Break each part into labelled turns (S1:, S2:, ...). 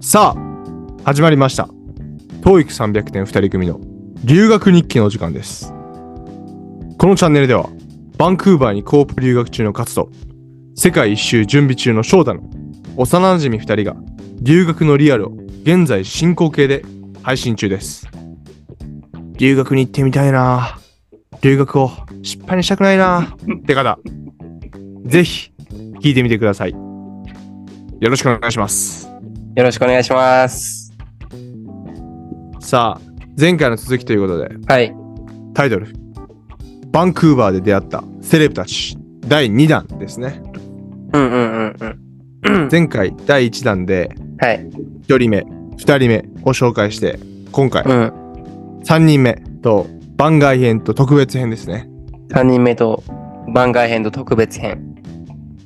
S1: さあ始まりました TOEIC300 点2人組の留学日記のお時間ですこのチャンネルではバンクーバーにコープ留学中の活動世界一周準備中の翔太の幼馴染2人が留学のリアルを現在進行形で配信中です留学に行ってみたいな留学を失敗にしたくないなって方ぜひ聞いてみてくださいよろしくお願いします
S2: よろしくお願いします。
S1: さあ前回の続きということで
S2: はい。
S1: タイトル「バンクーバーで出会ったセレブたち」第2弾ですね
S2: うんうんうんうん。
S1: 前回第1弾で
S2: はい。
S1: 1人目2人目を紹介して今回
S2: うん。
S1: 3人目と番外編と特別編ですね
S2: 3人目と番外編と特別編。。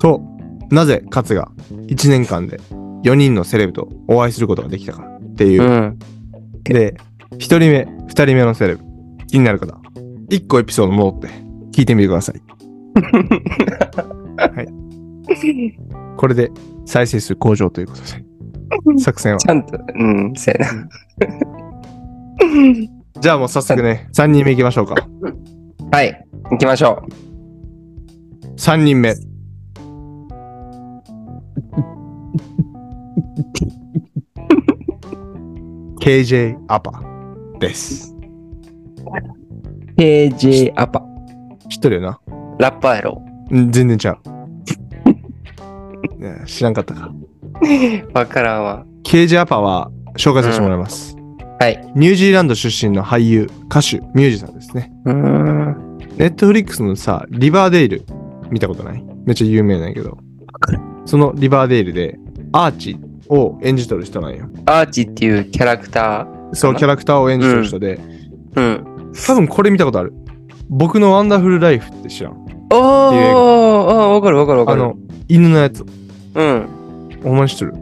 S1: となぜ勝が1年間で4人のセレブとお会いすることができたかっていううんで1人目2人目のセレブ気になる方1個エピソード戻って聞いてみてくださいこれで再生数向上ということで作戦は
S2: ちゃんと、うん、せやな。
S1: じゃあもう早速ね3人目いきましょうか
S2: はい。行きましょ
S1: 3人目KJ アパです
S2: う。KJ アパ。
S1: 知っとるよな
S2: ラッパーやろ。
S1: うん全然ちゃうね知らんかったか
S2: わからんわ。
S1: KJ アパは紹介させてもらいます、
S2: はい。
S1: ニュージーランド出身の俳優、歌手、ミュージシャンですね。
S2: うーん。
S1: ネットフリックスのさ、リバーデイル、見たことないめっちゃ有名なんやけど
S2: かる。
S1: そのリバーデイルで、アーチを演じとる人なんよ。
S2: アーチっていうキャラクター。
S1: そう、キャラクターを演じとる人で、
S2: うん。
S1: 多分これ見たことある。僕のワンダフルライフって知らん。
S2: おー
S1: っ
S2: お
S1: ていう映画
S2: ーわかるわかるわか
S1: あ
S2: る。
S1: の、犬のやつ。
S2: うん。
S1: お前知っとる。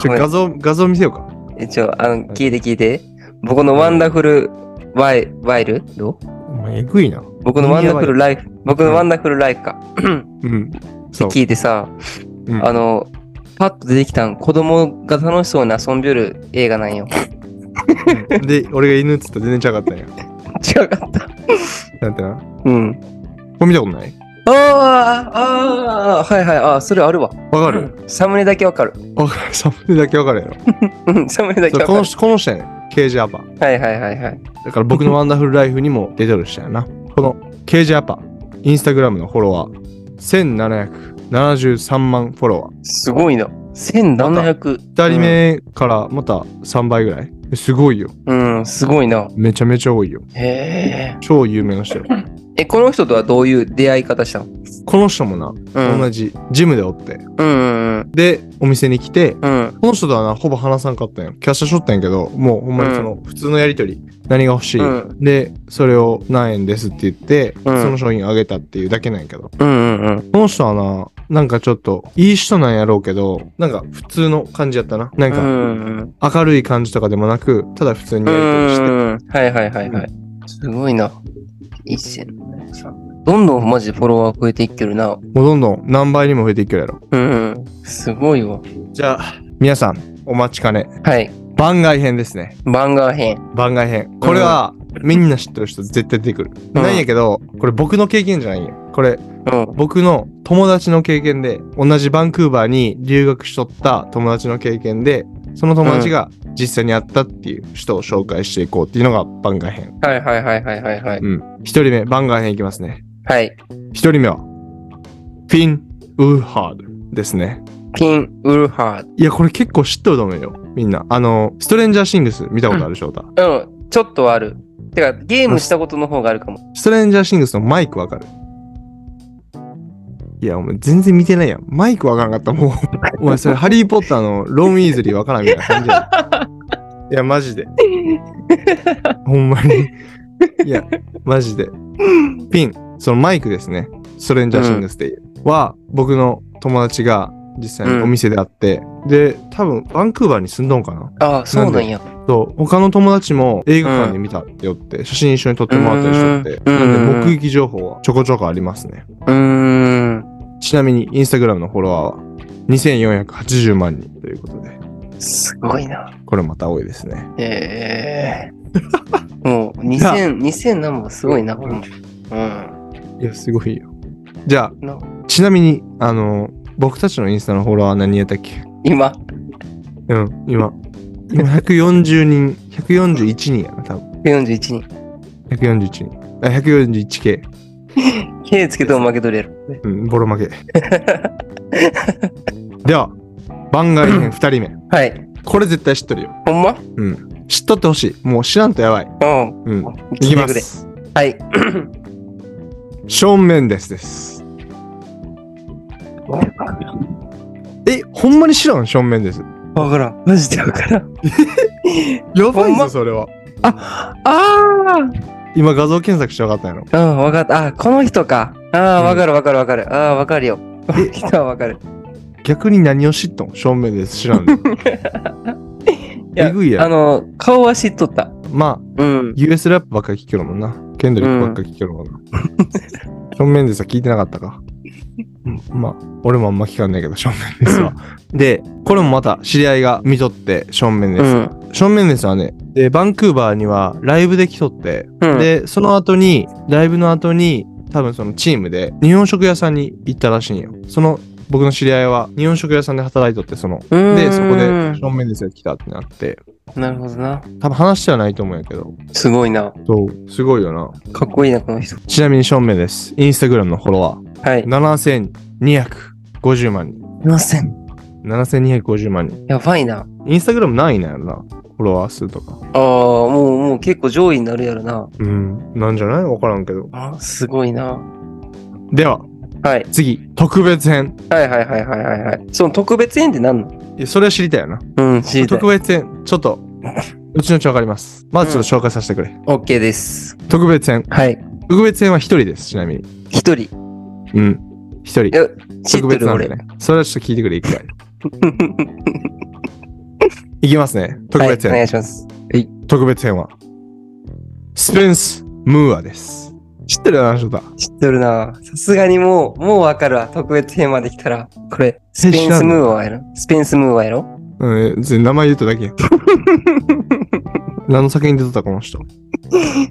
S1: ちょ、
S2: ごめん
S1: 画像、画像見せようか。
S2: えちょ、あの、聞いて聞いて。僕のワンダフルワイワイルド
S1: お前、えぐいな。
S2: 僕のワンダフルライフ。僕のワンダフルライフか。
S1: うん。そう。
S2: 聞いてさ、
S1: うん
S2: あの、パッと出てきたん、子供が楽しそうに遊んでる映 画なんよ。
S1: で、俺が犬っつったら全然違かったんや。
S2: 違かった。
S1: なんてな。
S2: うん。
S1: これ見たことない
S2: ああ、ああ、はいはい、ああ、それあるわ。
S1: わかる
S2: サムネだけわかる。
S1: わかる。サムネだけわかるやろ。
S2: うん サムネだけ
S1: そう
S2: わ
S1: こ
S2: か
S1: の
S2: る。
S1: 人この人やねケージアパ
S2: はいはいはいはい。
S1: だから僕のワンダフルライフにも出てる人やなこのケージアパインスタグラムのフォロワー1773万フォロワー
S2: すごいな。1700。
S1: 2人目からまた3倍ぐらいすごいよ
S2: うん、うん、すごいな。
S1: めちゃめちゃ多いよ
S2: へえ。
S1: 超有名な人よ
S2: え、この人とはどういう出会い方したの
S1: この人もな、
S2: うん。
S1: 同じジムでおって
S2: うんうん
S1: でお店に来て
S2: うん。うん。
S1: この人とはなほぼ話さんかったんよキャッシャーしょったんやけどもうほんまにその普通のやり取り、何が欲しい、
S2: うん
S1: でそれを何円ですって言って、
S2: うん
S1: その商品あげたっていうだけなんやけど
S2: うんうんうん。
S1: この人はな、なんかちょっと、いい人なんやろうけど、なんか普通の感じやったな。なん
S2: う
S1: か、
S2: んうん。
S1: 明るい感じとかでもなく、ただ普通にやりとりして。
S2: うんはいはいはいはい。すごいな。1700どんどんマジでフォロワー増えていってるな。
S1: もうどんどん何倍にも増えていけるやろ。
S2: うんうん。すごいわ。
S1: じゃあ、皆さん、お待ちかね。
S2: はい。
S1: 番外編ですね。
S2: 番外編。
S1: 番外編。これは、みんな知ってる人絶対出てくる。
S2: うん
S1: なんやけど、これ僕の経験じゃないよ。これ、
S2: うん。
S1: 僕の友達の経験で、同じバンクーバーに留学しとった友達の経験で、その友達が実際に会ったっていう人を紹介していこうっていうのが番外編。
S2: はいはいはいはいはいはい。
S1: うん。1人目、番外編いきますね。
S2: はい。
S1: 1人目は、フィン・ウーハードですね。
S2: ピン・ウルハ
S1: いや、これ結構知っとると思うよ。みんな。あの、ストレンジャーシングス見たことある、翔太。
S2: ード。うん。ちょっとはある。てか、ゲームしたことの方があるかも。
S1: ストレンジャーシングスのマイクわかるいや、お前全然見てないやん。マイクわからんかった、もう。お前それ、ハリー・ポッターのロン・ウィーズリーわからんみたいな感じやん。いや、マジで。ほんまに。いや、マジで。ピン、そのマイクですね。ストレンジャーシングスでいう、は、僕の友達が実際にお店で会って、で、多分、バンクーバーに住んどんかな。
S2: ああ、そうなんや。
S1: そう他の友達も映画館で見たってよって、写真一緒に撮ってもらったりしとって、
S2: うんうん
S1: なんで目撃情報はちょこちょこありますね
S2: うーん。
S1: ちなみにインスタグラムのフォロワーは2480万人ということで
S2: すごいな。
S1: これまた多いですね。
S2: ええもう2000、2000何もすごいな、これも。うん。
S1: いや、すごいよ。じゃ
S2: な
S1: あ、ちなみに、あの、僕たちのインスタのフォロワー何やったっけ
S2: 今、
S1: うん、今。今140人、141人やな、多分。
S2: 41人。
S1: 141人。あ、141系。
S2: K つけても負け取れる。
S1: うん、ボロ 負け。では、番外編2人目。
S2: はい。
S1: これ絶対知っとるよ。
S2: ほんま
S1: うん。知っとってほしい。もう知らんとやばい。
S2: うん。
S1: うん。い
S2: 聞い
S1: き
S2: て
S1: ま
S2: くれ。
S1: す。
S2: はい。
S1: ショーン・メンデスです。え、ほんまに知らんショーン・メンデス。
S2: わからん。マジでわからん。
S1: やば
S2: ほ
S1: い
S2: ん
S1: ぞ、
S2: ま
S1: それは。
S2: あ、あ
S1: 今画像検索して分かったんやろ。
S2: あうん、わかった。あ、この人か。ああ、
S1: うん
S2: わかるわかるわかる。ああ、わかるよ。この人はわかる。
S1: 逆に何を知っとんショーン・メンデス知らん の。えぐいや
S2: あ
S1: ろ。
S2: の、顔は知っとった。
S1: まあ、
S2: うん。
S1: US ラップばっかり聞けるもんな。ケンドリックばっかり聞けるもんな。ショーン・メンデスは聞いてなかったか。うんまあ、俺もあんま聞かんないけど、ショーン・メンデスは。で、これもまた知り合いが見とって、ショーン・メンデ
S2: う
S1: ス。
S2: ん。
S1: ショーン・メンデスはね、で、バンクーバーにはライブで来とって、
S2: うん、
S1: で、その後に、ライブの後に、多分そのチームで日本食屋さんに行ったらしいんよ。その僕の知り合いは日本食屋さんで働いとって、その、
S2: うーん
S1: で、そこでショーン・メンデスが来たってなって、
S2: なるほどな。
S1: 多分話してはないと思うんやけど、
S2: すごいな。
S1: そう、すごいよな。
S2: かっこいいな、この人。
S1: ちなみにショーン・メンデス、インスタグラムのフォロワ
S2: はい。
S1: ー、7250万人。
S2: いません。
S1: 7250万人。
S2: やばいな。
S1: インスタグラム何位なんやろな、フォロワー数とか。
S2: ああ、もう、もう結構上位になるやろな。
S1: うん、なんじゃないわからんけど。
S2: あすごいな。
S1: では、
S2: はい。
S1: 次、特別編。
S2: はいはいはいはいはいはい。その特別園って何の
S1: いや、それは知りたいよな。
S2: うん、知りたい
S1: 特。別編、ちょっと、うちのちわかります。まずちょっと紹介させてくれ。
S2: オッケーです。
S1: 特別編。
S2: はい。
S1: 特別編は一人です、ちなみに。
S2: 一人。
S1: うん。一人。
S2: や知って
S1: 特別
S2: る
S1: なん
S2: 俺
S1: で。ね。それはちょっと聞いてくれ、一 回。いきますね。特別
S2: はい、
S1: 編。
S2: お願いします。
S1: 特別編は、スペンス・ムーアです。知ってるよな、翔太。
S2: 知ってるな。さすがにもう、もうわかるわ。特別編まで来たら。これ、スペ
S1: 知
S2: ン
S1: ら
S2: ス
S1: んの
S2: ムーアやろスペンスムーアやろ
S1: うん、別に名前言っただ けや。何の作品で撮った、この人。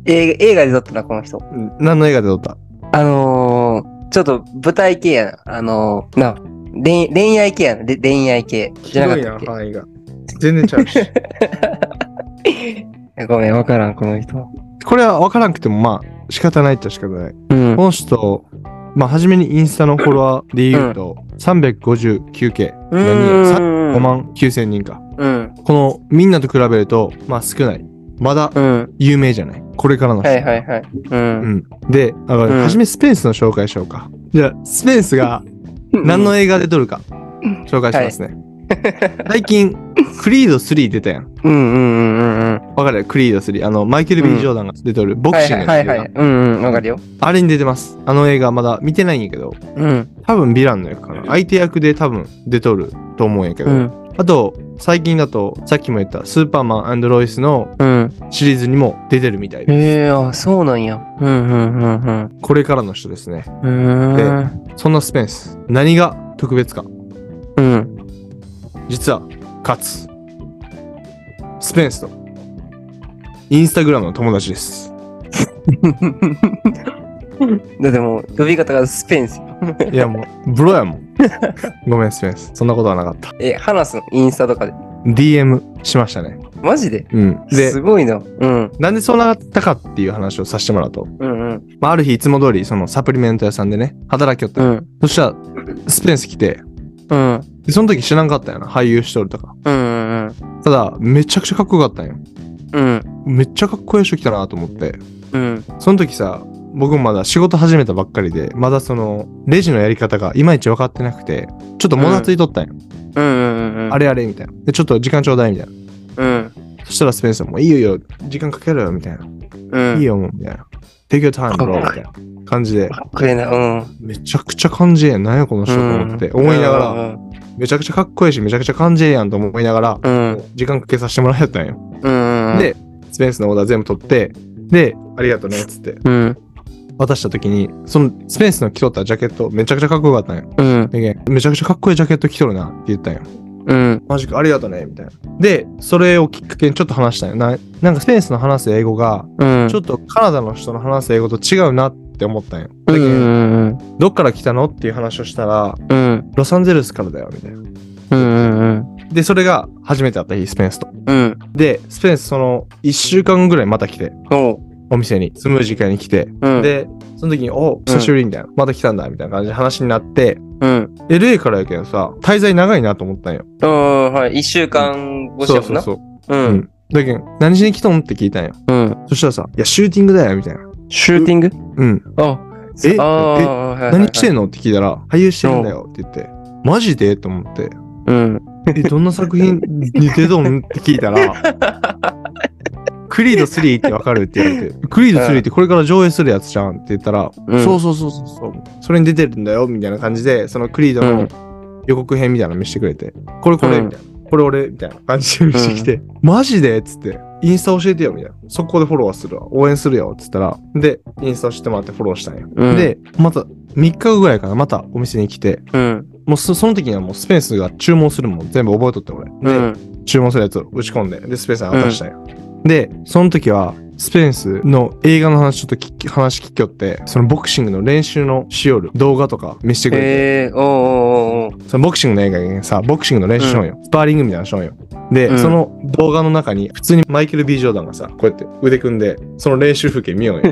S2: 映画映画で撮ったな、この人。
S1: 何の映画で撮った
S2: あのー、ちょっと舞台系やな。あのー、な、恋恋愛系やな。で恋愛系。じゃなかったっけ
S1: 範囲が。全然ちゃうし。
S2: えごめん、わからん、この人。
S1: これは分からなくても、まあ、仕方ないっちゃ仕方ない。
S2: うん
S1: こ。の人、まあ、初めにインスタのフォロワーで言うと、359K。何人
S2: う
S1: ?5 万9千人か。
S2: うん。
S1: この、みんなと比べると、まあ、少ない。まだ
S2: うん。
S1: 有名じゃない。これからの人。
S2: はいはいはい。う。
S1: うんん。で、あの
S2: うん
S1: 初めスペンスの紹介しようか。じゃあ、スペンスが何の映画で撮るか、紹介しますね。最 近、クリード3出たやん。
S2: うんうんうんうんうん。
S1: わかるクリード3。あの、マイケル・ B ・ジョーダンが出てる、ボク
S2: は
S1: シ
S2: い
S1: ングの映画。
S2: はいはいはい。うんうん、わかるよ。
S1: あれに出てます。あの映画まだ見てないんやけど、
S2: うん。
S1: 多分ヴィランの役かな。相手役で多分出とると思うんやけど。
S2: うん。
S1: あと、最近だと、さっきも言ったスーパーマンロイスの
S2: うん。
S1: シリーズにも出てるみたいで
S2: へえ、あ、そうなんや。うんうんうんうん。
S1: す。これからの人ですね。
S2: うーん。
S1: そんなスペンス。何が特別か。
S2: うん。
S1: 実は、勝つ。スペンスと、インスタグラムの友達 です。
S2: だってもう、呼び方がスペンス。
S1: いやもう、ブロやもん。ごめん、スペンス。そんなことはなかった。
S2: え、話すのインスタとかで。
S1: DM しましたね。
S2: マジで、
S1: うん。です
S2: ごいな。うん。
S1: なんでそうなったかっていう話をさせてもらうと、
S2: うんうん。
S1: まあ、ある日いつも通りそのサプリメント屋さんでね働きよった、
S2: うん。
S1: そしたらスペンス来て
S2: うん。
S1: でその時知らんかったよな俳優しとるとか
S2: うんうん。
S1: ただめちゃくちゃかっこよかったんよ
S2: うん。
S1: めっちゃかっこいい人来たなと思って
S2: うん。
S1: その時さ僕もまだ仕事始めたばっかりでまだそのレジのやり方がいまいち分かってなくてちょっともなついとったんよ、
S2: うんうんうん。
S1: あ
S2: れ
S1: れあれみたいなでちょっと時間ちょうだいみたいな
S2: うん。
S1: そしたらスペンスはもういいよいいよ時間かけろよみたいな、
S2: うん。
S1: いいよもうみたいな Take your time bro みたいな感じで
S2: かっこいいな。うん。
S1: めちゃくちゃ感じええなんやこの人と思って、思いながら、めちゃくちゃかっこいいしめちゃくちゃ感じええやんと思いながら、
S2: ら。うん。
S1: 時間かけさせてもらえたんよ、
S2: うん。、
S1: でスペンスのオーダー全部取ってでありがとうねっつって
S2: うん。
S1: 渡した時にそのスペンスの着とったジャケットめちゃくちゃかっこよかったんよ
S2: うん。
S1: でめちゃくちゃかっこいいジャケット着とるなって言ったんよ
S2: うん。
S1: マジか、ありがとね、みたいな。で、それをきっかけにちょっと話したんよな。なんかスペンスの話す英語が、
S2: うん。
S1: ちょっとカナダの人の話す英語と違うなって思ったんよ。だけ
S2: うん
S1: ど、
S2: うん
S1: どっから来たのっていう話をしたら、
S2: うん。うん。
S1: ロサンゼルスからだよ、みたいな。
S2: うんうん
S1: で、それが初めて会った日、スペンスと。
S2: うん。うん。
S1: で、スペンスその1週間ぐらいまた来て、
S2: おう。
S1: お店に、スムージー会に来て、
S2: うん。、
S1: で、その時に、お、久しぶりみたいな、また来たんだ、みたいな感じで話になって、
S2: うん。
S1: LA からやけどさ、滞在長いなと思ったんよ。
S2: うん。はい。一週間越し
S1: そ
S2: や
S1: う
S2: もん
S1: そう
S2: な。
S1: そう。
S2: う。
S1: うんん。だけど、何しに来たんって聞いたんよ。
S2: うん。
S1: そしたらさ、いや、シューティングだよ、みたいな。
S2: シューティング
S1: うん。
S2: あ。
S1: え
S2: あ
S1: え
S2: あ、はいはいはい
S1: 何してんのって聞いたら、俳優してるんだよって言って、マジでと思って、
S2: うん。
S1: え、どんな作品に出とんって聞いた ら、クリード3ってわかるって言われて、クリード3ってこれから上映するやつじゃんって言ったら、
S2: うん
S1: そうそうそうそうそう、それに出てるんだよみたいな感じで、そのクリード
S2: う
S1: の
S2: ん
S1: 予告編みたいなの見せてくれて、これこれ
S2: うん
S1: みたいな、これ俺みたいな感じで見せてきて、 マジでっつって、インスタ教えてよみたいな、速攻でフォローするわ、応援するよっつったら、で、インスタ教えてもらってフォローしたんよ。
S2: うん
S1: で、また3日後ぐらいかな、またお店に来て、
S2: うん。
S1: もうそその時にはもうスペースが注文するもん全部覚えとって俺。
S2: う
S1: で、
S2: ん。
S1: 注文するやつを打ち込んで、で、スペースに渡したんよ。で、その時は、スペースの映画の話ちょっと聞き、話聞きよって、そのボクシングの練習のしよる動画とか見せてくれて、
S2: ええ、おうおうおうおう。
S1: そのボクシングの映画にさ、ボクシングの練習しようよ。スパーリングみたいなのしようよ。で、
S2: うん
S1: その動画の中に、普通にマイケル・ B ・ジョーダンがさ、こうやって腕組んで、その練習風景見よう よ。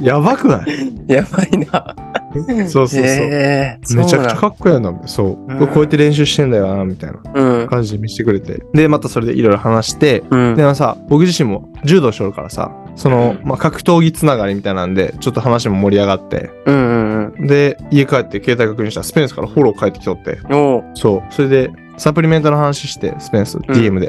S1: やばくない
S2: やばいな。
S1: そうそうそう。
S2: ええ
S1: めちゃくちゃか
S2: っ
S1: っこいいな、そう。
S2: うん
S1: こうやって練習してんだよな、みたいな
S2: こうん。
S1: 感じで見せてくれて。で、またそれでいろいろ話して、
S2: うん
S1: で。さ、僕自身も柔道しとるからさ、その、まあ、格闘技つながりみたいなんで、ちょっと話も盛り上がって、
S2: うん。
S1: で、家帰って携帯確認したら、スペンスからフォロー返ってきとって、
S2: うん。おう。
S1: そう。それで、サプリメントの話して、スペンス、DM で。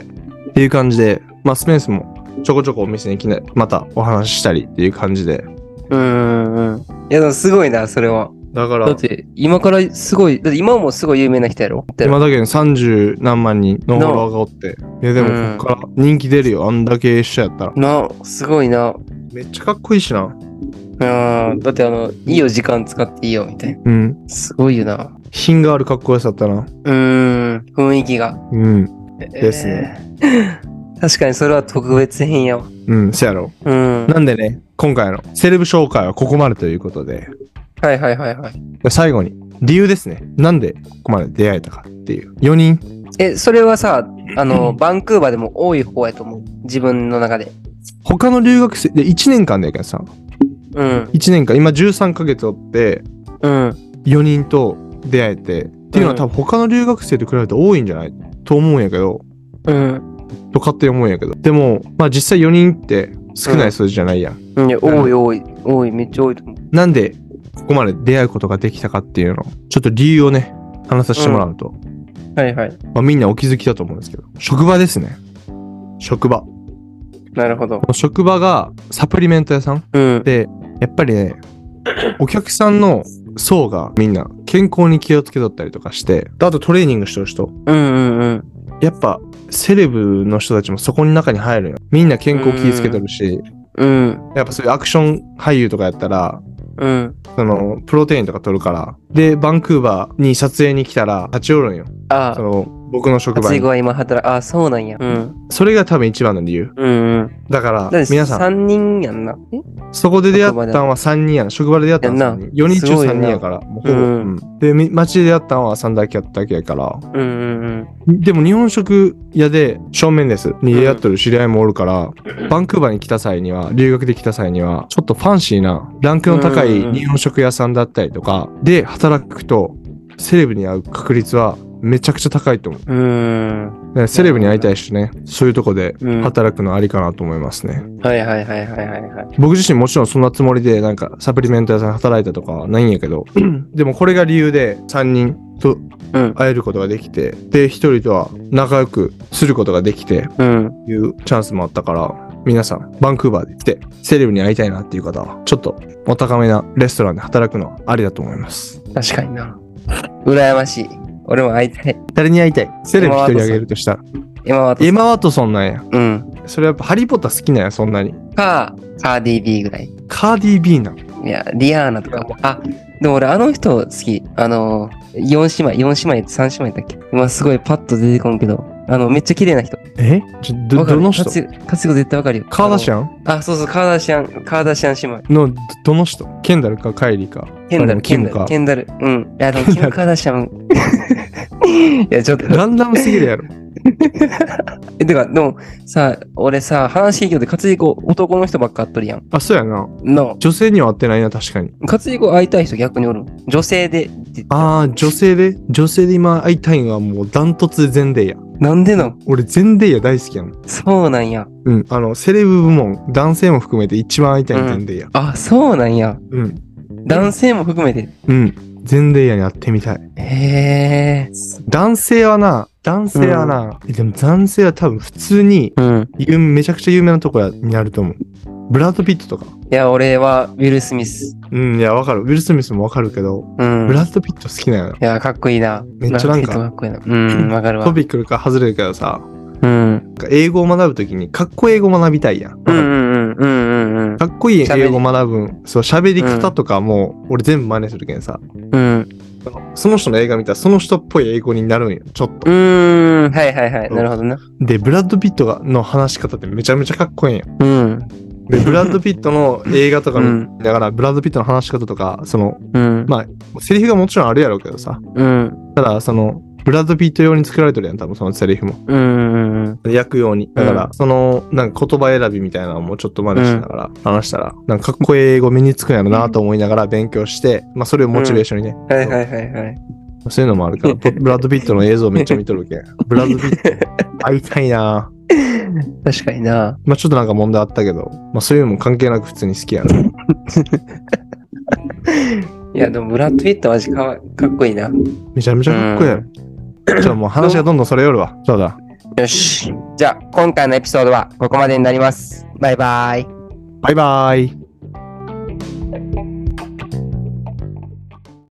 S1: っていう感じで、まあ、スペンスも、ちょこちょこお店に来ない、またお話ししたりっていう感じで。
S2: うんうんうん。いや、でもすごいな、それは。
S1: だか
S2: だ
S1: ら
S2: っ、て、今からすごい、だって今もすごい有名な人やろ
S1: 今だけど30何万人のフォロワーがおって。いやでもこっから人気出るよ。あんだけ一緒やったら。
S2: な、すごいな。
S1: めっちゃかっこいいしな。
S2: あーだってあの、いいよ、時間使っていいよ、みたいな。
S1: うん。
S2: すごいよな。
S1: 品があるかっこよさだったな。
S2: うーん、雰囲気が。
S1: うん。です
S2: ね。 確かにそれは特別編やわ。
S1: うん、せやろ。
S2: うん。
S1: なんでね、今回のセレブ紹介はここまでということで、
S2: はいはいはいはい。
S1: 最後に理由ですね。なんでここまで出会えたかっていう。4人
S2: え、それはさ、あの、バンクーバーでも多い方やと思う。自分の中で。
S1: 他の留学生で1年間だけどさ、
S2: うん。
S1: 1年間、今13ヶ月おって、
S2: うん。
S1: 4人と出会えて、っていうのは多分他の留学生と比べると多いんじゃないと思うんやけど、
S2: うん。
S1: とかって思うんやけどでもまあ実際4人って少ない数字じゃないやん、
S2: いや、多い多い。多い、めっちゃ多いと思う。
S1: なんでここまで出会うことができたかっていうのをちょっと理由をね話させてもらうと、
S2: はいはい。
S1: まあ、みんなお気づきだと思うんですけど職場ですね職場こ
S2: なるほど。
S1: の職場がサプリメント屋さん
S2: うん。
S1: でやっぱりねお客さんの層がみんな健康に気をつけとったりとかしてあとトレーニングしてる人
S2: うんうんうん。
S1: やっぱセレブの人たちもそこの中に入るよみんな健康気をつけてるし
S2: うん。
S1: やっぱそういうアクション俳優とかやったら
S2: うん。
S1: そのプロテインとか取るからでバンクーバーに撮影に来たら立ち寄るんよ
S2: あ
S1: その僕の
S2: あ、
S1: 職場
S2: 熱い
S1: に
S2: 子は今働く。ああ、そうなんや。うん。
S1: それが多分一番の理由
S2: うんうん。
S1: だから
S2: だって
S1: 皆さん
S2: 3人やんな。え
S1: そこで出会ったんは3人やな職場で出会ったんは3人4
S2: な
S1: 人中
S2: すごい
S1: 3
S2: な
S1: 人やからもうほぼ、
S2: うん
S1: うんでみ街で出会ったんは3だけやっただけやから
S2: うんうん
S1: でも日本食屋で正面ですに出会ってる知り合いもおるから、バンクーバーに来た際には留学で来た際にはちょっとファンシーなランクの高い日本食屋さんだったりとかで働くとセレブに会う確率はめちゃくちゃ高いと思う
S2: うん。うん。
S1: だからセレブに会いたいしねそういうとこで
S2: うん
S1: 働くのありかなと思いますね、
S2: はいはいはいはいはいはい。
S1: 僕自身もちろんそんなつもりでなんかサプリメント屋さんで働いたとかはないんやけ どでもこれが理由で3人と
S2: うん
S1: 会えることができてで1人とは仲良くすることができて
S2: うん。
S1: いうチャンスもあったから皆さんバンクーバーで来てセレブに会いたいなっていう方はちょっとお高めなレストランで働くのはありだと思います
S2: 確かにな。羨ましい。俺も会いたい。
S1: 誰に会いたいセレブ1人あげるとしたら
S2: 今は
S1: エマ・ワトソンなんや
S2: うん。
S1: それやっぱハリー・ポッター好きなんやそんなに
S2: か、カーディビーぐらい。
S1: カーディ・ビーなん
S2: いや、リアーナとかも。あ、でも俺、あの人好き。あの、4姉妹、4姉妹、3姉妹だっけ今すごいパッと出てこんけど、あの、めっちゃ綺麗な人。
S1: えちょど
S2: わかる
S1: どの人
S2: 勝つ勝つ子絶対わかるよ。
S1: カーダシ
S2: ャ
S1: ャ
S2: ン
S1: ン
S2: あの、あそうそう、カーダシャン、カーダシャン姉妹。
S1: のどどの人ケンダルかカイリーか。
S2: ケンダル、
S1: キ
S2: ケン
S1: ム
S2: ダル、
S1: か。
S2: ケンダル。うん。いや、で も、キム・カーダシャン。いや、ちょっと。
S1: ランダムすぎる やろ。
S2: え、てか、でも、さ、俺さ、話聞いてて、勝つ子、男の人ばっか会っとるやん。
S1: あ、そうやな。
S2: な
S1: 女性には合ってないな、確かに。
S2: あ、勝つ子会いたい人逆におる。女性で、って
S1: ああ、女性で女性で今会いたいのはもうダントツで全デイヤ。
S2: なんでなん
S1: 俺全デイヤ大好きやもん。
S2: そうなんや。
S1: うん。あの、セレブ部門、男性も含めて一番会いたいの全デイヤ。
S2: あ、そうなんや。
S1: うん。
S2: 男性も含めて。
S1: うん。全デイヤに会ってみたい。
S2: へえ。
S1: 男性はな、男性はな、えでも男性は多分普通に
S2: うん。
S1: 有名、めちゃくちゃ有名なとこやになると思う。ブラッド・ピットとか。
S2: いや、俺は、ウィル・スミス。
S1: うん、いや、わかる。ウィル・スミスもわかるけど、
S2: うん。
S1: ブ
S2: い
S1: ラッド・ピット好きなよ
S2: や、かっこいいな。
S1: めっちゃなんか
S2: ブラッドピットかっこいいな。うん、わかる
S1: な。ト
S2: わ。
S1: ピックから外れるけどさ、
S2: うん。
S1: 英語を学ぶときにかっこいい英語を学びたいやん。
S2: うんうんうんうんうん
S1: かっこいい
S2: 喋
S1: 英
S2: り
S1: 語を学ぶん、そう、喋り方とかも、俺全部真似するけんさ、
S2: うん。うん。
S1: その人の映画見たらその人っぽい英語になるんよ、ちょっと。
S2: うーん。はいはいはい。
S1: うん
S2: なるほどな。
S1: で、ブラッド・ピットがの話し方ってめちゃめちゃかっこいいんよ。
S2: うん。
S1: で、ブラッド・ピットの映画とか
S2: う
S1: 見
S2: ん。
S1: だから、ブラッド・ピットの話し方とか、その、
S2: うん。
S1: まあ、セリフがもちろんあるやろうけどさ、
S2: うん。
S1: ただ、その、ブラッド・ピット用に作られてるやん、多分そのセリフも。
S2: うん。うん。
S1: 焼くように。だから、
S2: う
S1: その、なんか言葉選びみたいなのもちょっと真似しながら話したら、なんかかっこいい英語身につくんやろなと思いながら勉強して、まあそれをモチベーションにね。
S2: はいはいはいはい。
S1: そういうのもある から、ポブラッド・ピットの映像めっちゃ見とるけん。ブラッド・ピット、会いたいな
S2: 確かにな。
S1: まあちょっとなんか問題あったけど、まあそういうのも関係なく普通に好きやな。
S2: いや、でも、ブラッド・ピットは味かわかっこいいな。
S1: めちゃめちゃかっこいいやろ。じゃあもう話がどんどんそれよるわ。そうだ。
S2: よし。じゃあ、今回のエピソードはここまでになります。バイバイ。
S1: バイバーイ。